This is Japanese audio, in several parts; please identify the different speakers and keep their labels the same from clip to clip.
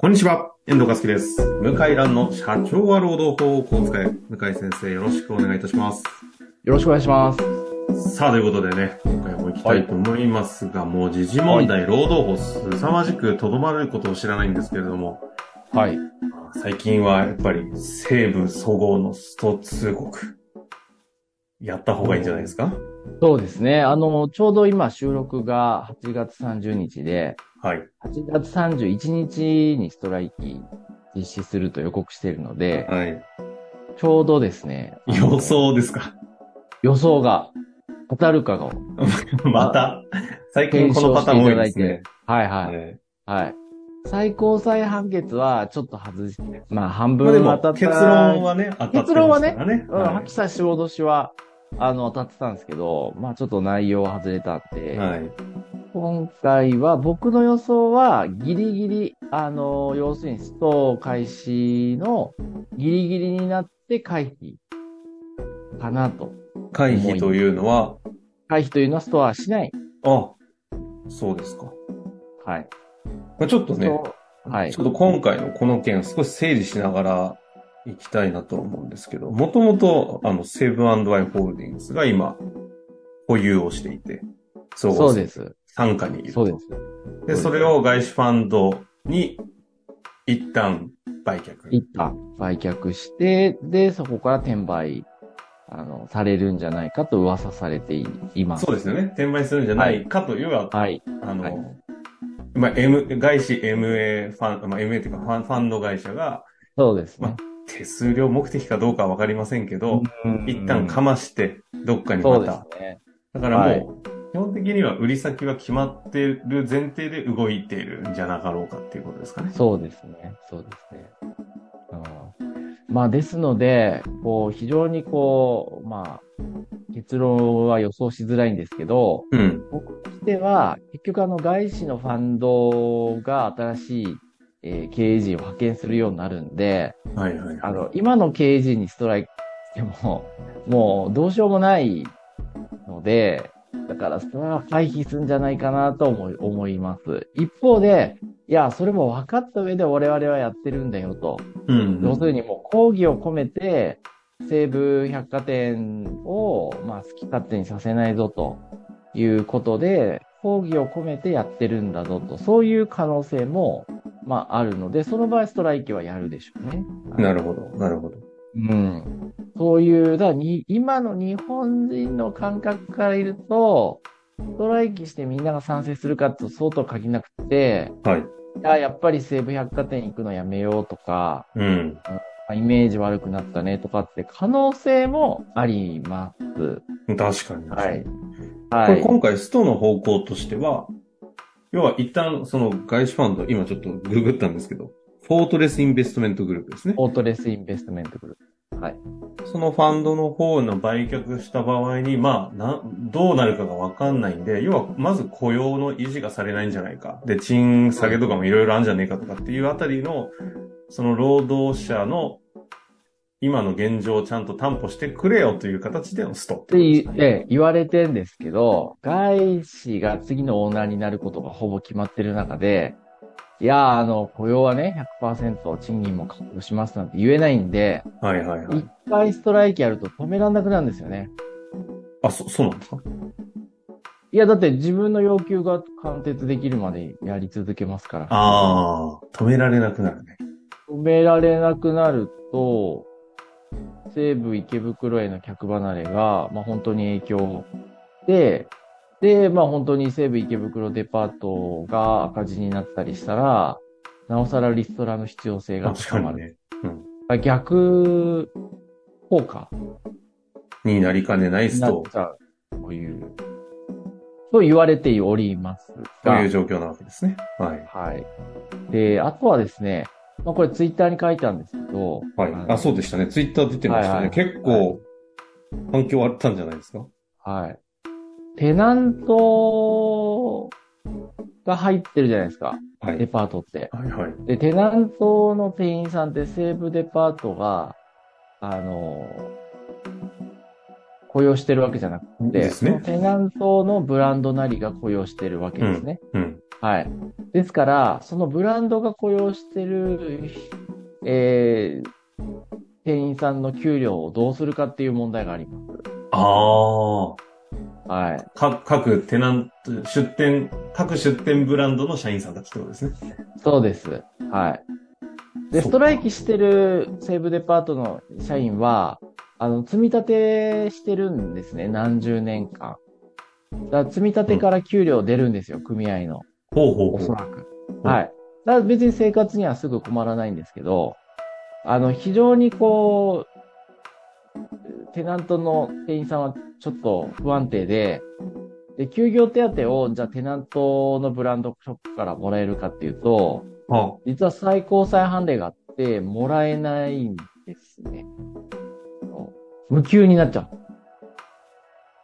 Speaker 1: こんにちは、遠藤和樹です。向井蘭の社長は労働法を講使い、向井先生よろしくお願いいたします。
Speaker 2: よろしくお願いします。
Speaker 1: さあ、ということでね、今回も行きたいと思いますが、もう時事問題、労働法、凄まじくとどまることを知らないんですけれども、
Speaker 2: はい。
Speaker 1: 最近はやっぱり西部総合のスト通告、やった方がいいんじゃないですか
Speaker 2: そうですね。あの、ちょうど今収録が8月30日で、
Speaker 1: はい。
Speaker 2: 8月31日にストライキ実施すると予告しているので、
Speaker 1: はい。
Speaker 2: ちょうどですね、
Speaker 1: 予想ですか
Speaker 2: 予想が当たるかが、
Speaker 1: また、最近このパターン多いですね。
Speaker 2: はいはい、
Speaker 1: え
Speaker 2: はい。最高裁判決はちょっと外し、まあ半
Speaker 1: えまあ
Speaker 2: 分
Speaker 1: で
Speaker 2: 当
Speaker 1: も
Speaker 2: たった。
Speaker 1: 結論、はね、当たってますからね。
Speaker 2: うん、
Speaker 1: は
Speaker 2: 白
Speaker 1: い
Speaker 2: 差し戻しは、あの、当たってたんですけど、まあちょっと内容は外れたんで、
Speaker 1: はい。
Speaker 2: 今回は僕の予想はギリギリ、あの、要するにスト開始のギリギリになって回避かなと。
Speaker 1: 回避というのは、
Speaker 2: 回避というのはストはしない。
Speaker 1: あ、そうですか。
Speaker 2: はい。
Speaker 1: まあ、ちょっとね、
Speaker 2: そうはい
Speaker 1: ちょ。っと今回のこの件少し整理しながら行きたいなと思うんですけど、もともと、あの、セブンアイ・ホールディングスが今、保有をしていて、そ
Speaker 2: そうです。
Speaker 1: 参加にいる
Speaker 2: そ
Speaker 1: と
Speaker 2: うで
Speaker 1: で、
Speaker 2: す。
Speaker 1: それを外資ファンドに一旦売却。
Speaker 2: 一旦売却して、で、そこから転売、あの、されるんじゃないかと噂されていいます。
Speaker 1: そうですよね。転売するんじゃないかというは、
Speaker 2: はい。
Speaker 1: あの、
Speaker 2: はい
Speaker 1: まあ、M、外資 MA ファン、まあ、MA というかファンファンド会社が
Speaker 2: そうですね。
Speaker 1: 手数料目的かどうかはわかりませんけど、
Speaker 2: うん
Speaker 1: 一旦かまして、どっかに
Speaker 2: そ
Speaker 1: ま
Speaker 2: うで
Speaker 1: た
Speaker 2: すね。
Speaker 1: だからもう、
Speaker 2: はい
Speaker 1: 基本的には売り先は決まってる前提で動いているんじゃなかろうかっていうことですかね。
Speaker 2: そうですね。そうですね。うん、まあ、ですので、こう、非常にこう、まあ、結論は予想しづらいんですけど、
Speaker 1: うん。
Speaker 2: 僕としては、結局あの、外資のファンドが新しい、えー経営陣を派遣するようになるんで、
Speaker 1: はいはいはい。
Speaker 2: あの、今の経営陣にストライキしても、 もうどうしようもないので、だからそれは回避するんじゃないかなと思い思います。一方で、いや、それも分かった上で我々はやってるんだよと。
Speaker 1: うん、
Speaker 2: 要するにもう抗議を込めて、西武百貨店を、まあ、好き勝手にさせないぞということで、抗議を込めてやってるんだぞと、そういう可能性も、まあ、あるので、その場合ストライキはやるでしょうね。
Speaker 1: なるほど、なるほど。
Speaker 2: うん。そういう、だからに今の日本人の感覚からいると、ストライキしてみんなが賛成するかとそうとは限らなくて、
Speaker 1: はい。
Speaker 2: いややっぱり西武百貨店行くのやめようとか、
Speaker 1: うん。
Speaker 2: あイメージ悪くなったねとかって可能性もあります。
Speaker 1: 確かに。
Speaker 2: はい。
Speaker 1: こ
Speaker 2: は
Speaker 1: れ
Speaker 2: い。
Speaker 1: 今回、ストの方向としては、要は一旦、その外資ファンド、今ちょっとググったんですけど、フォートレスインベストメントグループですね。
Speaker 2: オートレスインベストメントグループ。はい。
Speaker 1: そのファンドの方の売却した場合に、まあ、な、どうなるかがわかんないんで、要は、まず雇用の維持がされないんじゃないか。で、賃下げとかもいろいろあるんじゃねえかとかっていうあたりの、その労働者の今の現状をちゃんと担保してくれよという形でのストっ
Speaker 2: っ
Speaker 1: て
Speaker 2: て
Speaker 1: ことです
Speaker 2: い
Speaker 1: ね、
Speaker 2: え言われてんですけど、外資が次のオーナーになることがほぼ決まってる中で、いやー、あの、雇用はね、100%賃金も確保しますなんて言えないんで、
Speaker 1: はいはいはい
Speaker 2: 一。回ストライキやると止めらんなくなるんですよね。
Speaker 1: あ、そ、そうなんですか
Speaker 2: いや、だって自分の要求が貫徹できるまでやり続けますから。
Speaker 1: ああ、止められなくなるね。
Speaker 2: 止められなくなると、西武池袋への客離れが、まあ本当に影響で、で、まあ本当に西武池袋デパートが赤字になったりしたら、なおさらリストラの必要性が
Speaker 1: 確
Speaker 2: 高
Speaker 1: か
Speaker 2: ま
Speaker 1: に
Speaker 2: る。
Speaker 1: ね。
Speaker 2: 逆効果
Speaker 1: になりかねない
Speaker 2: に
Speaker 1: ス
Speaker 2: なっ
Speaker 1: ト
Speaker 2: ちゃうという、と言われております
Speaker 1: と
Speaker 2: が
Speaker 1: いう、状況なわけですね。はい。
Speaker 2: はい。で、あとはですね、まあこれツイッターに書いたんですけど、
Speaker 1: はい。
Speaker 2: の
Speaker 1: あ、そうでしたね。ツイッター出てました
Speaker 2: はい
Speaker 1: ね。
Speaker 2: はい
Speaker 1: 結構、反響あったんじゃないですか
Speaker 2: はい。テナントが入ってるじゃないですか。
Speaker 1: は
Speaker 2: デ
Speaker 1: い。
Speaker 2: パートって。
Speaker 1: はいはい。
Speaker 2: で、テナントの店員さんって西武デパートが、あの、雇用してるわけじゃなくて、
Speaker 1: ですね
Speaker 2: そのテナントのブランドなりが雇用してるわけですね。
Speaker 1: うん。
Speaker 2: はい。ですから、そのブランドが雇用してる、えー店員さんの給料をどうするかっていう問題がありま
Speaker 1: あ
Speaker 2: す。はい。
Speaker 1: あ。か、各テナント、出店、各出店ブランドの社員さんたちってことですね。
Speaker 2: そうです。はい。で、
Speaker 1: そ
Speaker 2: ス
Speaker 1: う
Speaker 2: トライキしてる西武デパートの社員は、あの、積み立てしてるんですね、何十年間。だから積み立てから給料出るんですよ、組合の。
Speaker 1: ほうほ
Speaker 2: お
Speaker 1: う
Speaker 2: そ
Speaker 1: ほう。
Speaker 2: らく。
Speaker 1: うん
Speaker 2: はい。だから別に生活にはすぐ困らないんですけど、あの、非常にこう、テナントの店員さんはちょっと不安定で、で、休業手当を、じゃあテナントのブランドショップからもらえるかっていうと、
Speaker 1: あ
Speaker 2: 実は最高裁判例があって、もらえないんですね。そう無給になっちゃう。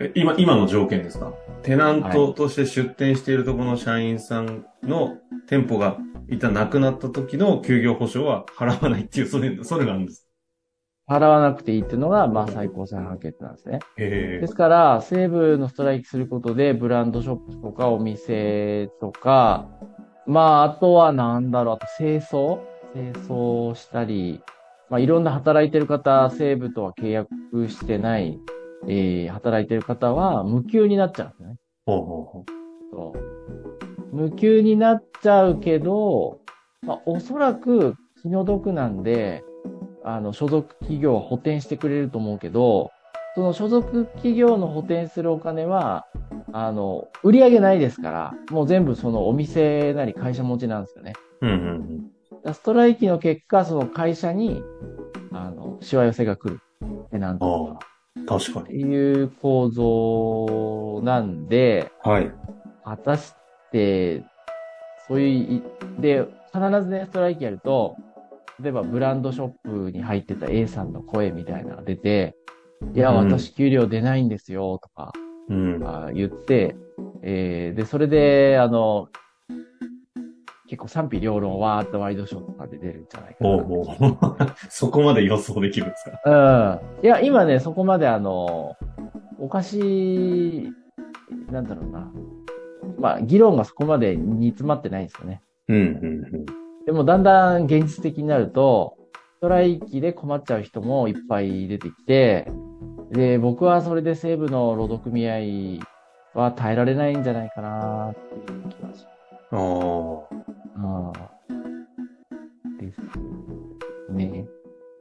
Speaker 1: え今、今の条件ですかテナントとして出店しているところの社員さんの店舗が一旦なくなった時の休業保障は払わないっていう、それ、それがあるんです。
Speaker 2: 払わなくていいっていうのが、まあ最高裁判決なんですね。
Speaker 1: へ
Speaker 2: で
Speaker 1: え。
Speaker 2: すから、西部のストライキすることで、ブランドショップとかお店とか、まあ、あとはなんだろう、あと清掃清掃をしたり、まあ、いろんな働いてる方、西部とは契約してない、えー、働いてる方は、無給になっちゃうんですね。
Speaker 1: ほうほうほう。
Speaker 2: そう。無給になっちゃうけど、まあ、おそらく気の毒なんで、あの、所属企業は補填してくれると思うけど、その所属企業の補填するお金は、あの、売り上げないですから、もう全部そのお店なり会社持ちなんですよね。
Speaker 1: うんうんうん。
Speaker 2: だからストライキの結果、その会社に、あの、しわ寄せが来る。ってなんとか。
Speaker 1: 確か
Speaker 2: っていう構造なんで、
Speaker 1: に。はい。
Speaker 2: 果たして、そういうい、で、必ずね、ストライキやると、例えばブランドショップに入ってた A さんの声みたいなのが出て、いや、
Speaker 1: うん
Speaker 2: 私給料出ないんですよ、とか、
Speaker 1: うん。
Speaker 2: あ言って、えーで、それで、あの、結構賛否両論わーっとワイドショーとかで出るんじゃないかな。
Speaker 1: ほうほう ほう。そこまで予想できるんですか
Speaker 2: うん。いや、今ね、そこまであの、おかしい、なんだろうな。まあ、議論がそこまで煮詰まってないんですよね。
Speaker 1: うんうんうん。
Speaker 2: でもだんだん現実的になると、ストライキで困っちゃう人もいっぱい出てきて、で、僕はそれで西部の労働組合は耐えられないんじゃないかなっていう気がし
Speaker 1: ああ。
Speaker 2: ます。うん。ですね。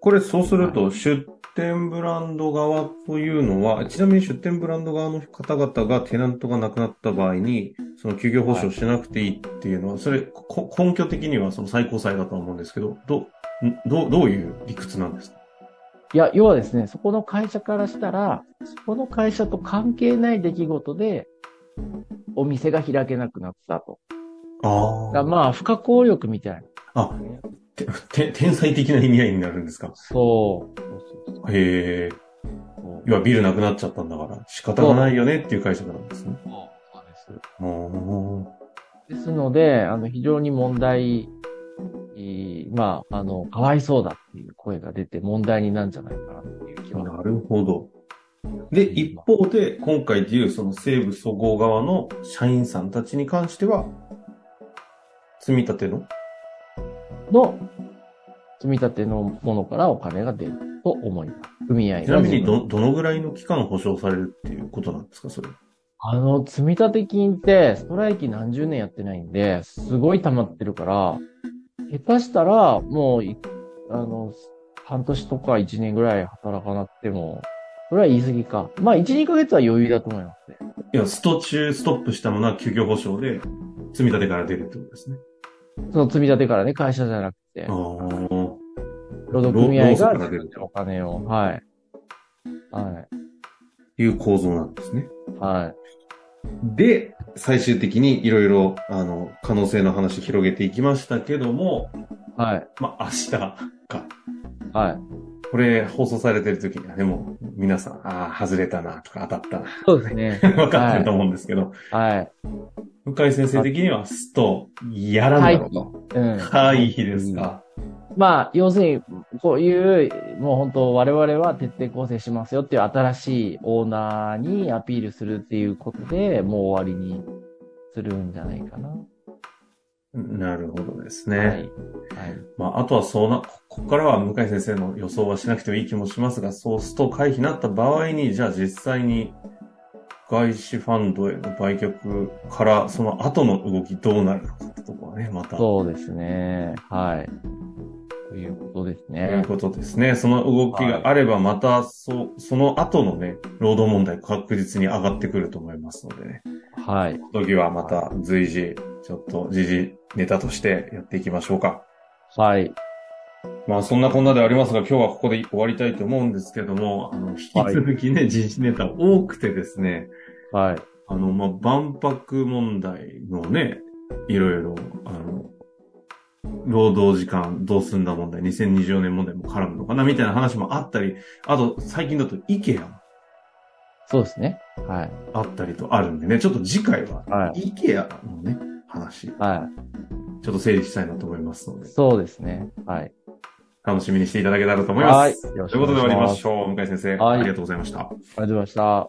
Speaker 1: これそうすると、出店ブランド側というのは、ちなみに出店ブランド側の方々がテナントがなくなった場合に、その休業保障しなくていいっていうのは、それ、こ根拠的にはその最高裁だとは思うんですけど、ど、んどう、どういう理屈なんですか
Speaker 2: いや、要はですね、そこの会社からしたら、そこの会社と関係ない出来事で、お店が開けなくなったと。
Speaker 1: あ
Speaker 2: だからまあ、不可抗力みたいな。
Speaker 1: あ、てて天才的な意味合いになるんですか
Speaker 2: そう。そうそうそう
Speaker 1: へえ。
Speaker 2: そう
Speaker 1: 要はビルなくなっちゃったんだから、仕方がないよねっていう解釈なんですね。
Speaker 2: そうです。
Speaker 1: うーん
Speaker 2: ですので、あの、非常に問題、いまあ、あの、かわいそうだっていう声が出て問題になるんじゃないかなっていう気は。
Speaker 1: なるほど。で、一方で、今回でいう、その西武そごう側の社員さんたちに関しては、積み立ての
Speaker 2: の、積み立てのものからお金が出ると思います。組合が
Speaker 1: ちなみに
Speaker 2: 自分
Speaker 1: ど、どのぐらいの期間保証されるっていうことなんですか、それ。
Speaker 2: あの、積立金って、ストライキ何十年やってないんで、すごい溜まってるから、下手したら、もうい、あの、半年とか一年ぐらい働かなくても、それは言い過ぎか。まあ、一、二ヶ月は余裕だと思いますね。
Speaker 1: いや、スト中、ストップしたものは休業保証で、積み立てから出るってことですね。
Speaker 2: その積み立てからね、会社じゃなくて
Speaker 1: あ、ー
Speaker 2: 労働組合
Speaker 1: 労組
Speaker 2: が自
Speaker 1: から出る
Speaker 2: 分でお金を、はい。は
Speaker 1: いう構造なんですね。
Speaker 2: い。はい。
Speaker 1: で、最終的にいろいろ、あの、可能性の話広げていきましたけども、
Speaker 2: はい。
Speaker 1: まあ、明日か。
Speaker 2: はい。
Speaker 1: これ放送されてる時にはね、もう皆さん、ああ、外れたなとか当たっ
Speaker 2: そうですね。
Speaker 1: たな、 分かってると思うんですけど、
Speaker 2: はい。
Speaker 1: 向井先生的にはすっとやらないと。
Speaker 2: うん。
Speaker 1: はい、いいですか。
Speaker 2: まあ、要するに、こういう、もう本当、我々は徹底抗戦しますよっていう新しいオーナーにアピールするっていうことで、もう終わりにするんじゃないかな。
Speaker 1: なるほどです
Speaker 2: は
Speaker 1: ね。
Speaker 2: い。はい。
Speaker 1: まあ、あとはそうな、こここからは向井先生の予想はしなくてもいい気もしますが、ソースと回避になった場合に、じゃあ実際に外資ファンドへの売却から、その後の動きどうなるのかってとこはね、また、と
Speaker 2: そうですね。はい。ということです
Speaker 1: いう
Speaker 2: ね。
Speaker 1: ことですね。その動きがあれば、また、そ、その後のね、労働問題確実に上がってくると思いますのでね。
Speaker 2: はい。
Speaker 1: 時はまた随時、ちょっと時事ネタとしてやっていきましょうか。
Speaker 2: はい。
Speaker 1: まあそんなこんなではありますが、今日はここで終わりたいと思うんですけども、あの、引き続きね、時事ネタ多くてですね、
Speaker 2: はい。
Speaker 1: あの、まあ万博問題のね、いろいろ、あの、労働時間どうすんだ問題、2024年問題も絡むのかな、みたいな話もあったり、あと最近だと IKEA も
Speaker 2: そうですね。はい。
Speaker 1: あったりとあるんでね、ちょっと次回は
Speaker 2: は
Speaker 1: IKEA のね、話、ちょっ
Speaker 2: は
Speaker 1: と整理したいなと思いますの
Speaker 2: い。
Speaker 1: で、
Speaker 2: そうですね。はい。
Speaker 1: 楽しみにしていただけたらと思います。
Speaker 2: はい
Speaker 1: ということで終わりましょう。向井先生、
Speaker 2: はい
Speaker 1: ありがとうございました。
Speaker 2: ありがとうございました。